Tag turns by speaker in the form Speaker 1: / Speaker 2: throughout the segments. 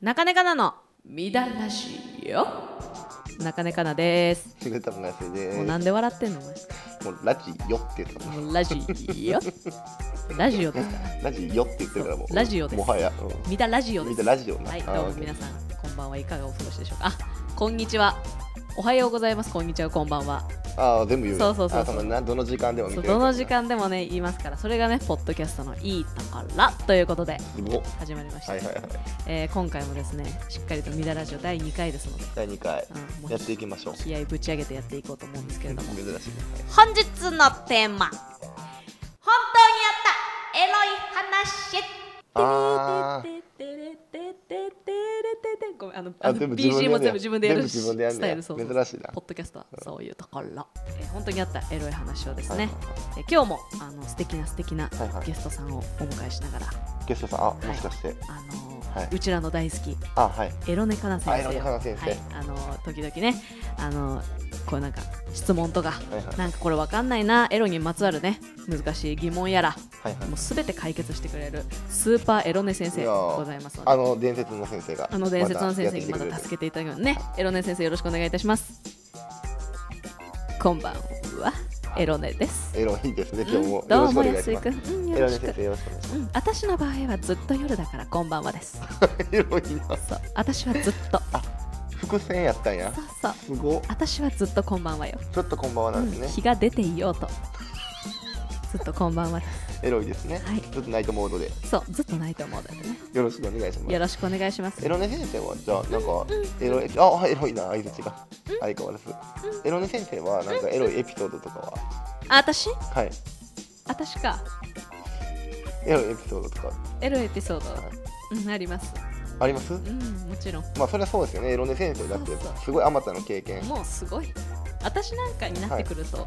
Speaker 1: 中根かなのみだらしいよ中根かなです
Speaker 2: ゆでたむがせ
Speaker 1: もう
Speaker 2: です。
Speaker 1: なんで笑ってんのお前
Speaker 2: もうラジよって言ってたもん。
Speaker 1: もうラジ オラジオですから
Speaker 2: ラジよって言ってるからもう。
Speaker 1: ラジオです
Speaker 2: もはや。
Speaker 1: みだラジオ
Speaker 2: うん
Speaker 1: で
Speaker 2: 見
Speaker 1: す
Speaker 2: たラジオな。
Speaker 1: はい
Speaker 2: あー
Speaker 1: どうも皆さんこんばんはいかがお過ごしでしょうかあこんにちはおはようございますこんにちはこんばんは
Speaker 2: あー全部言う。
Speaker 1: そうそうそう
Speaker 2: あーのなどの時間でも見
Speaker 1: そ
Speaker 2: て
Speaker 1: う
Speaker 2: る。
Speaker 1: どの時。間でもね言いますからそれがねポッドキャストのいいところということで
Speaker 2: おは
Speaker 1: 始まりました、
Speaker 2: いはいはい。
Speaker 1: えー今回もですねしっかりとみだラジオ第2回ですので、
Speaker 2: 第二回
Speaker 1: うん、もう
Speaker 2: やっていきましょう。
Speaker 1: 気合いぶち上げてやっていこうと思うんですけれども
Speaker 2: 珍しいね。
Speaker 1: 本日のテーマ本当にあったエロい話
Speaker 2: あー
Speaker 1: ごめんあの
Speaker 2: あ
Speaker 1: あの
Speaker 2: 全部自分で
Speaker 1: BG も全部自分でやるし
Speaker 2: 全部自分でやる
Speaker 1: スタイルそうそう
Speaker 2: 珍しいな
Speaker 1: ポッドキャストはそういうところ、えー本当にあったエロい話をです
Speaker 2: はい
Speaker 1: ね、えー今日もあの素敵な素敵な
Speaker 2: はいはい
Speaker 1: ゲストさんをお迎えしながら、
Speaker 2: ゲストさん、あ、もしかして。
Speaker 1: あのー
Speaker 2: はいう
Speaker 1: ちらの大好き
Speaker 2: あ、はい。
Speaker 1: エロネカナ先
Speaker 2: あ
Speaker 1: 生
Speaker 2: エロネカナ先
Speaker 1: は
Speaker 2: 生
Speaker 1: い、あの時々ねあのこうなんか質問とか、
Speaker 2: はいはい
Speaker 1: なんかこれわかんないなエロにまつわるね難しい疑問やら
Speaker 2: はいはい
Speaker 1: もうすべて解決してくれるスーパーエロネ先生
Speaker 2: いやー
Speaker 1: ございますので
Speaker 2: あの伝説の先生が。
Speaker 1: あの伝説の先生にま
Speaker 2: や
Speaker 1: た
Speaker 2: ってき
Speaker 1: 助けていただきますねエロネ先生よろしくお願いいたしますこんばんはエロネです
Speaker 2: てくれるエロいいですね。
Speaker 1: う
Speaker 2: 今日も
Speaker 1: ん
Speaker 2: よ
Speaker 1: ど
Speaker 2: ろ
Speaker 1: う
Speaker 2: しくお
Speaker 1: も
Speaker 2: 願い
Speaker 1: 安
Speaker 2: し
Speaker 1: 井
Speaker 2: ます
Speaker 1: くん。うん
Speaker 2: エ
Speaker 1: よ
Speaker 2: ロ
Speaker 1: ろ
Speaker 2: ネ
Speaker 1: しく
Speaker 2: 先生よろしくお願いし
Speaker 1: うん私の場合はずっと夜だからこんばんはです
Speaker 2: ます。エロいな。
Speaker 1: そう私はずっと
Speaker 2: 伏線やったんや
Speaker 1: そ。うそう
Speaker 2: すごっ。
Speaker 1: 私はずっとこんばんはよ、
Speaker 2: ちょっとこんばんはなん
Speaker 1: うん
Speaker 2: です
Speaker 1: 日
Speaker 2: ね。
Speaker 1: が出ていようとずっとこんばんは
Speaker 2: エロいですね
Speaker 1: はい。
Speaker 2: ちょっとナイトモードで。
Speaker 1: そうずっとないと思うのでね
Speaker 2: よろしくお願いします
Speaker 1: よ。ろしくお願いします
Speaker 2: エロネ先生はじゃあなんかエロエピあエロいな相槌が相変わらずエロネ先生はなんかエロいエピソードとかは
Speaker 1: あ私
Speaker 2: はい
Speaker 1: 私か
Speaker 2: エロいエピソードとか
Speaker 1: エロエピソード、うん、あります
Speaker 2: あります
Speaker 1: うんもちろん
Speaker 2: まあそれはそうですよねエロネ先生だって
Speaker 1: そうそう
Speaker 2: すごいあまたの経験
Speaker 1: もうすごい私なんかになってくると、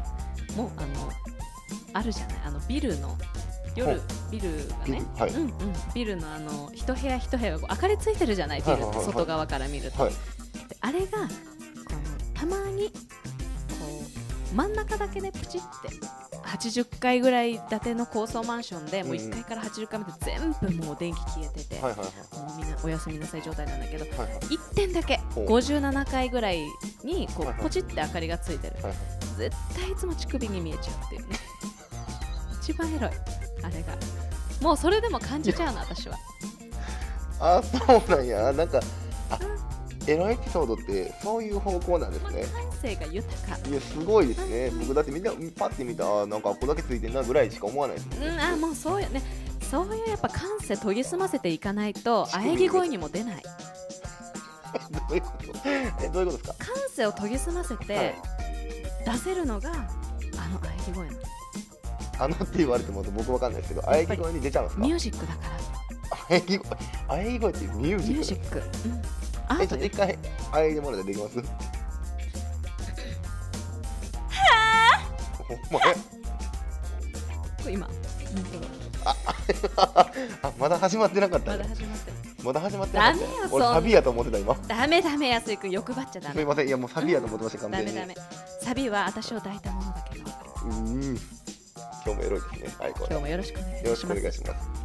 Speaker 1: もうあのあるじゃないあのビルの
Speaker 2: ほ
Speaker 1: 夜
Speaker 2: う
Speaker 1: ビルがね
Speaker 2: ビルはい
Speaker 1: うんうん、ビルのあの一部屋一部屋がこう明かりついてるじゃないビルっ
Speaker 2: はいはい
Speaker 1: て
Speaker 2: はいはい
Speaker 1: 外側から見ると、
Speaker 2: はい
Speaker 1: であれがこうたまにこう真ん中だけねプチって80階ぐらい建ての高層マンションでもう1階から80階まで全部もう電気消えてて、
Speaker 2: はいはいはい
Speaker 1: もうみんなおやすみなさい状態なんだけど
Speaker 2: はいはい
Speaker 1: 1点だけ
Speaker 2: ほう
Speaker 1: 57回ぐらいにこ
Speaker 2: はいは
Speaker 1: う
Speaker 2: い
Speaker 1: ポチって明かりがついてる
Speaker 2: はいはい
Speaker 1: 絶対いつも乳首に見えちゃうっていうね 一番エロいあれがもうそれでも感じちゃうの私は
Speaker 2: あそうなんやなんかあエロエピソードってそういう方向なんです
Speaker 1: まあ
Speaker 2: ね
Speaker 1: 感性が豊か
Speaker 2: いやすごいですね僕だってみんなパッて見たあなんかここだけついてんなぐらいしか思わないですもん
Speaker 1: うんあもうそうよねそういうやっぱ感性研ぎ澄ませていかないと喘ぎ声にも出ない
Speaker 2: どういうこと えどういうことですか
Speaker 1: 感性を研ぎ澄ませ
Speaker 2: は
Speaker 1: て
Speaker 2: い
Speaker 1: 出せるのがあの喘ぎ声なの
Speaker 2: あのって言われても僕わかんないですけど、あえぎ声に出ちゃうんですか
Speaker 1: ミュージックだから
Speaker 2: あえぎ声、あえぎ声ってミュージ
Speaker 1: ミュー
Speaker 2: ッ
Speaker 1: ジ
Speaker 2: ク
Speaker 1: ック、うん、ア
Speaker 2: え、
Speaker 1: ー
Speaker 2: ち
Speaker 1: ト
Speaker 2: ょっと
Speaker 1: よ
Speaker 2: 一回、あえぎもらってできますは ぁお前、
Speaker 1: これ今イントロ
Speaker 2: あ、まだ始まってなかった
Speaker 1: ま
Speaker 2: ね
Speaker 1: だ始まってない
Speaker 2: まだ始まってなかったね
Speaker 1: ダメよ
Speaker 2: 俺
Speaker 1: そんな
Speaker 2: サビやと思ってた今
Speaker 1: ダメダメ安井君欲張っちゃダ
Speaker 2: すい
Speaker 1: メ
Speaker 2: ません、いやもうサビやと思ってました、
Speaker 1: ダ
Speaker 2: 完
Speaker 1: メ
Speaker 2: 全に
Speaker 1: ダメサビは私を抱いたものだけど
Speaker 2: うーん今日もエロいですね、アイコン
Speaker 1: 今日もよろしくお願い
Speaker 2: よろ
Speaker 1: し
Speaker 2: しくお
Speaker 1: ます
Speaker 2: 願いします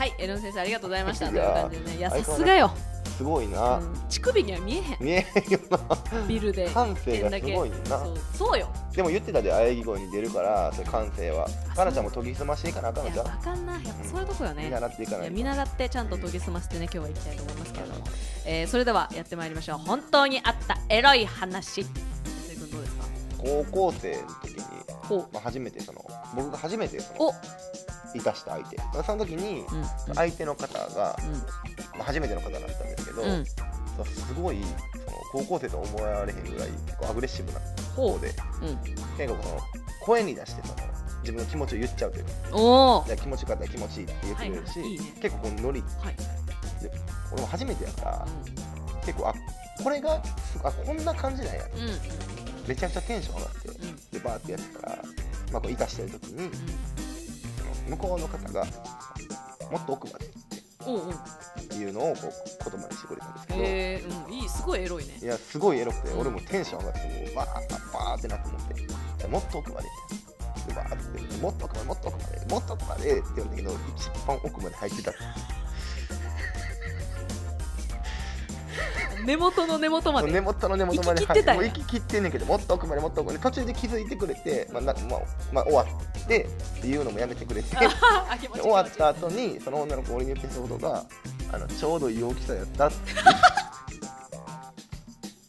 Speaker 1: はいエロン先生ありがとうございました
Speaker 2: い
Speaker 1: という
Speaker 2: や
Speaker 1: 感
Speaker 2: ー
Speaker 1: じでねいや
Speaker 2: アイ
Speaker 1: さ
Speaker 2: コン
Speaker 1: すがよ、
Speaker 2: すごいうな、
Speaker 1: ん、乳首には見えへん
Speaker 2: 見えへんよな
Speaker 1: ビルで
Speaker 2: 感性がすごい
Speaker 1: 点だけ
Speaker 2: な
Speaker 1: そうそうよ
Speaker 2: でも言ってたで、あえぎ声に出るから、それ感性は
Speaker 1: あ
Speaker 2: かなちゃんも研ぎ澄ましていかなあかんの
Speaker 1: い
Speaker 2: じ
Speaker 1: や
Speaker 2: ゃん
Speaker 1: わかんないやっぱそういうとこよね
Speaker 2: 見習っていか
Speaker 1: い
Speaker 2: な
Speaker 1: や
Speaker 2: いと
Speaker 1: 見習ってちゃんと研ぎ澄ませてね今日は行きたいと思いますけれども、えー、それではやってまいりましょう本当にあったエロい話安井君どうですか
Speaker 2: 高校生の時に、
Speaker 1: お
Speaker 2: まあ、初めてその僕が初めてその
Speaker 1: お、
Speaker 2: いたした相手その時に
Speaker 1: うん
Speaker 2: 相手の方が、
Speaker 1: う
Speaker 2: まあ、初めての方だったんですけど、
Speaker 1: んうん、
Speaker 2: そうすごいその高校生とは思われへんぐらい結構アグレッシブな方で
Speaker 1: うん、
Speaker 2: 結構その声に出してその自分の気持ちを言っちゃうというか
Speaker 1: おお
Speaker 2: いや気持ちよかったら気持ちいいって言ってくれる
Speaker 1: は
Speaker 2: し、
Speaker 1: いはいいいね
Speaker 2: 結構このノリ
Speaker 1: はい、
Speaker 2: 俺も初めてやから結構あこれがすあこんな感じなんや
Speaker 1: うん、うん、うん、
Speaker 2: めちゃくちゃテンション上がって
Speaker 1: うん、
Speaker 2: でバーってやってたら、まあ、こういたしてる時に。その向こうの方がもっと奥までっ
Speaker 1: おうおう、
Speaker 2: ていうのをこう言葉にしてくれたんですけど、
Speaker 1: ええうん、いい、すごいエロいね。
Speaker 2: いやすごいエロくて
Speaker 1: うん
Speaker 2: 俺もテンション上がってもうバーッバーってなって思ってじゃあもっと奥まででバーって言ってもっと奥までもっと奥までもっと奥までって言うんだけど一番奥まで入ってた
Speaker 1: 根元の根元ま
Speaker 2: もう根
Speaker 1: で
Speaker 2: 元の根元まで
Speaker 1: 息切ってたん
Speaker 2: は
Speaker 1: や
Speaker 2: い、もう息切ってんねんけどもっと奥までもっと奥まで途中で気づいてくれて、まあなまあまあ、終わってっていうのもやめてくれ て
Speaker 1: あ気持ちいい
Speaker 2: で終わった後にその女の子俺に言ってたことがあのちょうどいい大きさやったって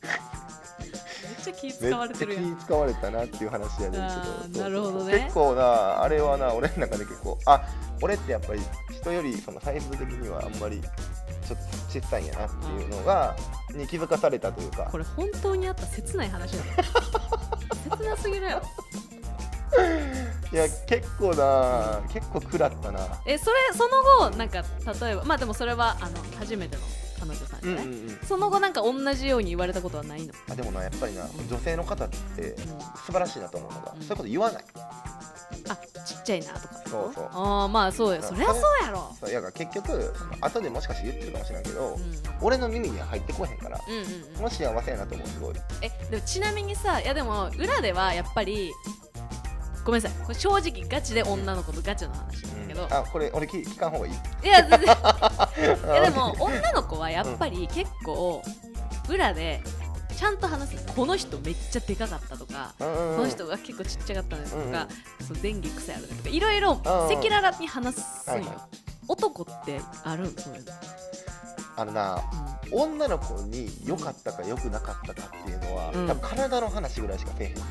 Speaker 1: めっちゃ気
Speaker 2: めっち
Speaker 1: 使わ
Speaker 2: ゃ
Speaker 1: れてるやん
Speaker 2: 気使われたなっていう話やねんけど
Speaker 1: あー
Speaker 2: そうそう
Speaker 1: なるほどね
Speaker 2: 結構なあれはな俺の中で結構あ俺ってやっぱり人よりそのサイズ的にはあんまりちょっと小さいんやなっていうのがに気づかされたというか
Speaker 1: これ本当にあった切ない話だよ切なすぎるやろ
Speaker 2: いや結構な結構食らったな
Speaker 1: えそれその後なんか例えばまあでもそれはあの初めての彼女さんじ
Speaker 2: うん
Speaker 1: ゃ
Speaker 2: う
Speaker 1: な
Speaker 2: んう
Speaker 1: い、
Speaker 2: ん
Speaker 1: その後なんか同じように言われたことはないの、
Speaker 2: あでもなやっぱりな女性の方って
Speaker 1: うん
Speaker 2: 素晴らしいなと思うのが、
Speaker 1: うん
Speaker 2: そういうこと言わない
Speaker 1: あちっちゃいなとか
Speaker 2: そうそう
Speaker 1: あーまあそうよそりゃそうやろ、
Speaker 2: そういや結局後でもしかして言ってるかもしれないけど、
Speaker 1: う
Speaker 2: 俺の耳には入ってこへんから
Speaker 1: ん、うんうんうん
Speaker 2: もう幸せやなと思うすごい
Speaker 1: えでもちなみにさいやでも裏ではやっぱりごめんなさいこれ正直ガチで女の子とガチの話なんだけど、
Speaker 2: あこれ俺聞聞かん方がいい
Speaker 1: いや全然いやで
Speaker 2: あ
Speaker 1: も女の子はやっぱり結構裏でちゃんと話すこの人めっちゃでかかったとか、
Speaker 2: うんうんうん
Speaker 1: この人が結構ちっちゃかったねと
Speaker 2: うんうん
Speaker 1: か、そう前戯癖あるねとかいろいろ
Speaker 2: んうん
Speaker 1: 赤裸々に話すよ、
Speaker 2: はいはい
Speaker 1: 男ってあるんそういうの、
Speaker 2: あのな女の子に良かったか良くなかったかっていうのは、
Speaker 1: うん
Speaker 2: 多分体の話ぐらいしかせえへん
Speaker 1: うんは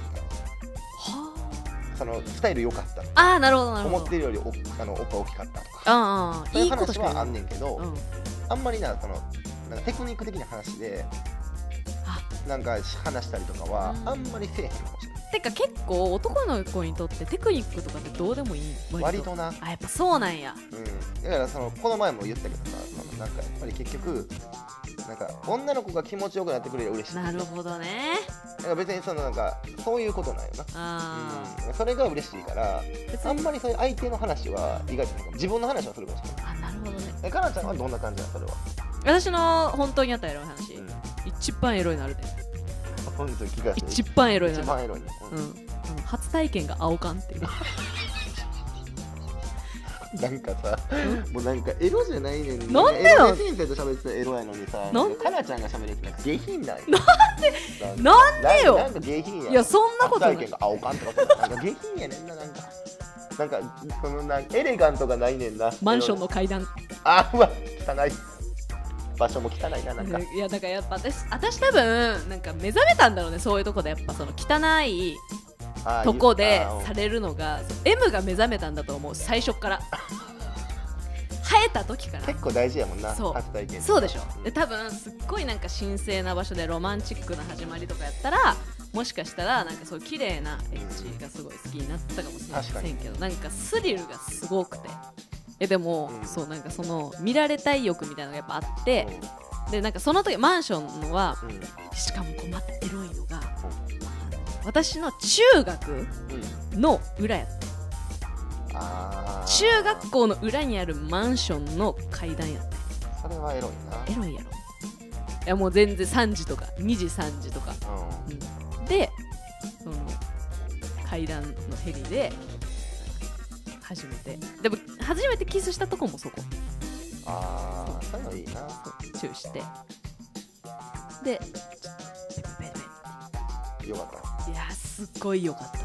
Speaker 2: そのスタイル良かった
Speaker 1: ああーなるほどなるほ
Speaker 2: 思
Speaker 1: ど
Speaker 2: ってるよりおあのおっぱい大きかったとか
Speaker 1: あ
Speaker 2: そ
Speaker 1: あ
Speaker 2: うい
Speaker 1: いういこと
Speaker 2: 話
Speaker 1: しか
Speaker 2: はあ
Speaker 1: 言
Speaker 2: んねんけど、
Speaker 1: うんうん
Speaker 2: あんまりなそのなんかテクニック的な話で
Speaker 1: あ
Speaker 2: なんか話したりとかは、
Speaker 1: うん
Speaker 2: あんまりせえへんかもしれない
Speaker 1: てか結構男の子にとってテクニックとかってどうでもいいの
Speaker 2: 割とな、
Speaker 1: あやっぱそうなんや
Speaker 2: うん、だからそのこの前も言ったけどさそのなんかやっぱり結局なんか女の子が気持ちよくなってくれる嬉しい
Speaker 1: なるほどね
Speaker 2: なんか別にそのなんかそういうことなんよな
Speaker 1: あ
Speaker 2: うん、それが嬉しいから
Speaker 1: ー別
Speaker 2: あん
Speaker 1: に
Speaker 2: まりそういう相手の話は意外となんか自分の話はするかもしれない
Speaker 1: あなるほどね
Speaker 2: えかなちゃんはどんな感じなのそれは、
Speaker 1: 私の本当にあったエロい話、一番エロいのあるで
Speaker 2: 本当に聞かせて
Speaker 1: 一番エロいのあ
Speaker 2: 一
Speaker 1: る
Speaker 2: 番エロいね、
Speaker 1: うん、あの初体験が青缶っていう
Speaker 2: うんなんかさもうなんかエロじゃないねんね
Speaker 1: なんでなん
Speaker 2: エロ先生と喋ってたエロやのにさ
Speaker 1: なんで
Speaker 2: かなちゃんが喋るやつなんか下品なんよなん
Speaker 1: なんでよ
Speaker 2: なんか下品やん
Speaker 1: いやそんなことない
Speaker 2: 初体験が青かんとかさなんか下品やねんななんかなんかそのなんかエレガントがないねんな
Speaker 1: マンションの階段
Speaker 2: あうわ汚い場所も汚いななんか
Speaker 1: いやだからやっぱ私私多分なんか目覚めたんだろうねそういうとこでやっぱその汚い
Speaker 2: あー
Speaker 1: とこで
Speaker 2: 言うあーうん
Speaker 1: されるのが M が目覚めたんだと思う最初から生えた時から
Speaker 2: 結構大事やもんな
Speaker 1: そう
Speaker 2: 初体験
Speaker 1: そうでしょ
Speaker 2: ん
Speaker 1: で多分すっごいなんか神聖な場所でロマンチックな始まりとかやったらもしかしたらなんかそういう綺麗なエッジがすごい好きになったかもしれま
Speaker 2: 確か
Speaker 1: せん
Speaker 2: に
Speaker 1: けどなんかスリルがすごくてえでも、
Speaker 2: うん
Speaker 1: そうなんかその見られたい欲みたいなのがやっぱあって
Speaker 2: うん、
Speaker 1: でなんかその時マンションのは
Speaker 2: うん
Speaker 1: しかもこうまたエロいのが、あの私の中学
Speaker 2: うん
Speaker 1: の裏やった
Speaker 2: あー
Speaker 1: 中学校の裏にあるマンションの階段やった
Speaker 2: それはエロい
Speaker 1: エロいやろいやもう全然3時とか2時3時とか、
Speaker 2: なう
Speaker 1: う
Speaker 2: ん
Speaker 1: ん、でその階段のヘリで初めてでも初めてキスしたとこもそこ
Speaker 2: ああそういうのいいな
Speaker 1: そうチューしてでちょっとペペペペ
Speaker 2: よかっ
Speaker 1: ペいやすっごい良かったね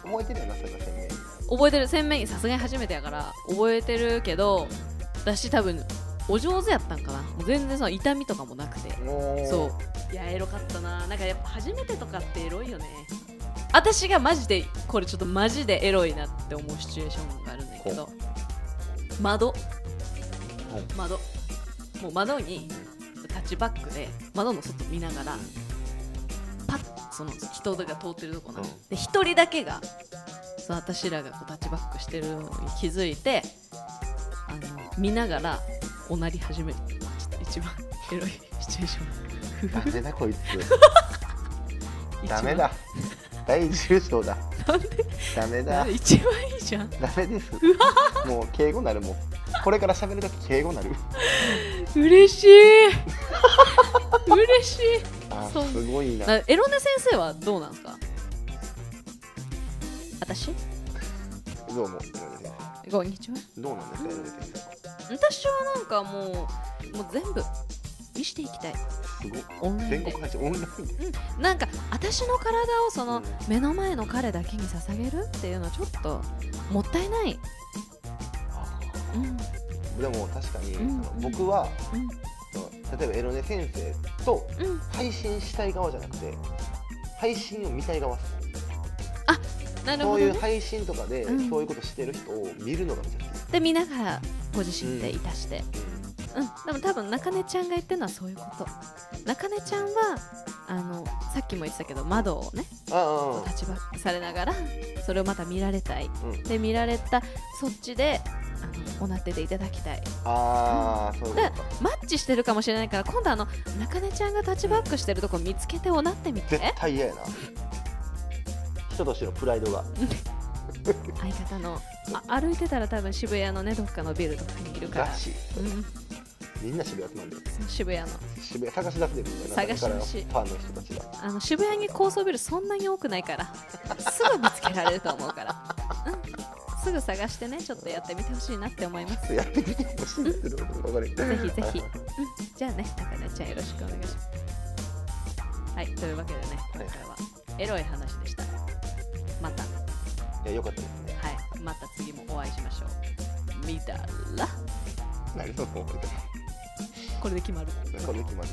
Speaker 2: た覚えてるよなそれの鮮明に
Speaker 1: 覚えてる鮮明にさすがに初めてやから覚えてるけど私多分お上手やったんかなもう全然その痛みとかもなくて
Speaker 2: おー
Speaker 1: そういやエロかったななんかやっぱ初めてとかってエロいよね私がマジでこれちょっとマジでエロいなって思うシチュエーションがあるんだけど窓窓もう窓にタッチバックで窓の外見ながらパッとその人が通ってるとこなの
Speaker 2: うん
Speaker 1: で一人だけがそう私らがこうタッチバックしてるのに気づいてあの見ながらおなり始めるちょっと一番 エロいシチュエーション
Speaker 2: なんで だこいつ
Speaker 1: 一番
Speaker 2: ダメだ大重症だ
Speaker 1: なんで
Speaker 2: ダメだ
Speaker 1: 一番いいじゃん
Speaker 2: ダメですもう敬語なるもんこれから喋るとき敬語なる
Speaker 1: 嬉しい嬉しい
Speaker 2: あ
Speaker 1: そう
Speaker 2: ーすごいな
Speaker 1: なエロネ先生はどうなんですか私
Speaker 2: どうも
Speaker 1: こんにちは
Speaker 2: どうなんですかエロい先
Speaker 1: 私はなんかもうもう全部旅していきたい
Speaker 2: すごい
Speaker 1: オンライ
Speaker 2: 全
Speaker 1: ンで
Speaker 2: 国配信オンラインで
Speaker 1: なんか私の体をその
Speaker 2: う
Speaker 1: 目の前の彼だけに捧げるっていうのはちょっともったいない、
Speaker 2: あ
Speaker 1: うん
Speaker 2: ーでも確かに、
Speaker 1: うん
Speaker 2: その僕は
Speaker 1: うん
Speaker 2: その例えばエロネ先生と
Speaker 1: うん、
Speaker 2: 配信したい側じゃなくて配信を見たい側っす
Speaker 1: なる
Speaker 2: そ
Speaker 1: ほど、
Speaker 2: ういう
Speaker 1: ね、
Speaker 2: 配信とかで、
Speaker 1: うん
Speaker 2: そういうことしてる人を見るのがめちゃくちゃ好
Speaker 1: で見ながらご自身でいたして、うんでも多分中根ちゃんが言ってるのはそういうこと中根ちゃんはあのさっきも言ってたけど窓をね
Speaker 2: きあ
Speaker 1: 立ちバックされながら それをまた見られたい、
Speaker 2: うん
Speaker 1: で見られたそっちであのおなってでいただきたい
Speaker 2: あああそういうことか
Speaker 1: マッチしてるかもしれないから今度あの中根ちゃんがタッチバックしてるとこ見つけておなってみて
Speaker 2: 絶対嫌やな人としてのプライドが
Speaker 1: 相方のあ歩いてたら多分渋谷のねどっかのビルとかにいるから
Speaker 2: ガ、チ
Speaker 1: うん、
Speaker 2: みんな渋谷集まんで
Speaker 1: その渋谷の
Speaker 2: 渋谷探し出せるみたい
Speaker 1: 探
Speaker 2: な
Speaker 1: してほしい
Speaker 2: だからファンの人たちが
Speaker 1: あの渋谷に高層ビルそんなに多くないからすぐ見つけられると思うから、うん、すぐ探してねちょっとやってみてほしいなって思います
Speaker 2: やってみてほしいんですけどわかる
Speaker 1: ぜひ ぜひ、うん、じゃあね中根ちゃんよろしくお願いしますはいというわけでね今回はエロい話でしたまた
Speaker 2: いやよかったですね
Speaker 1: はい、また次もお会いしましょう。みだら、
Speaker 2: なりそう思うけど
Speaker 1: これで決まる。
Speaker 2: これで決まる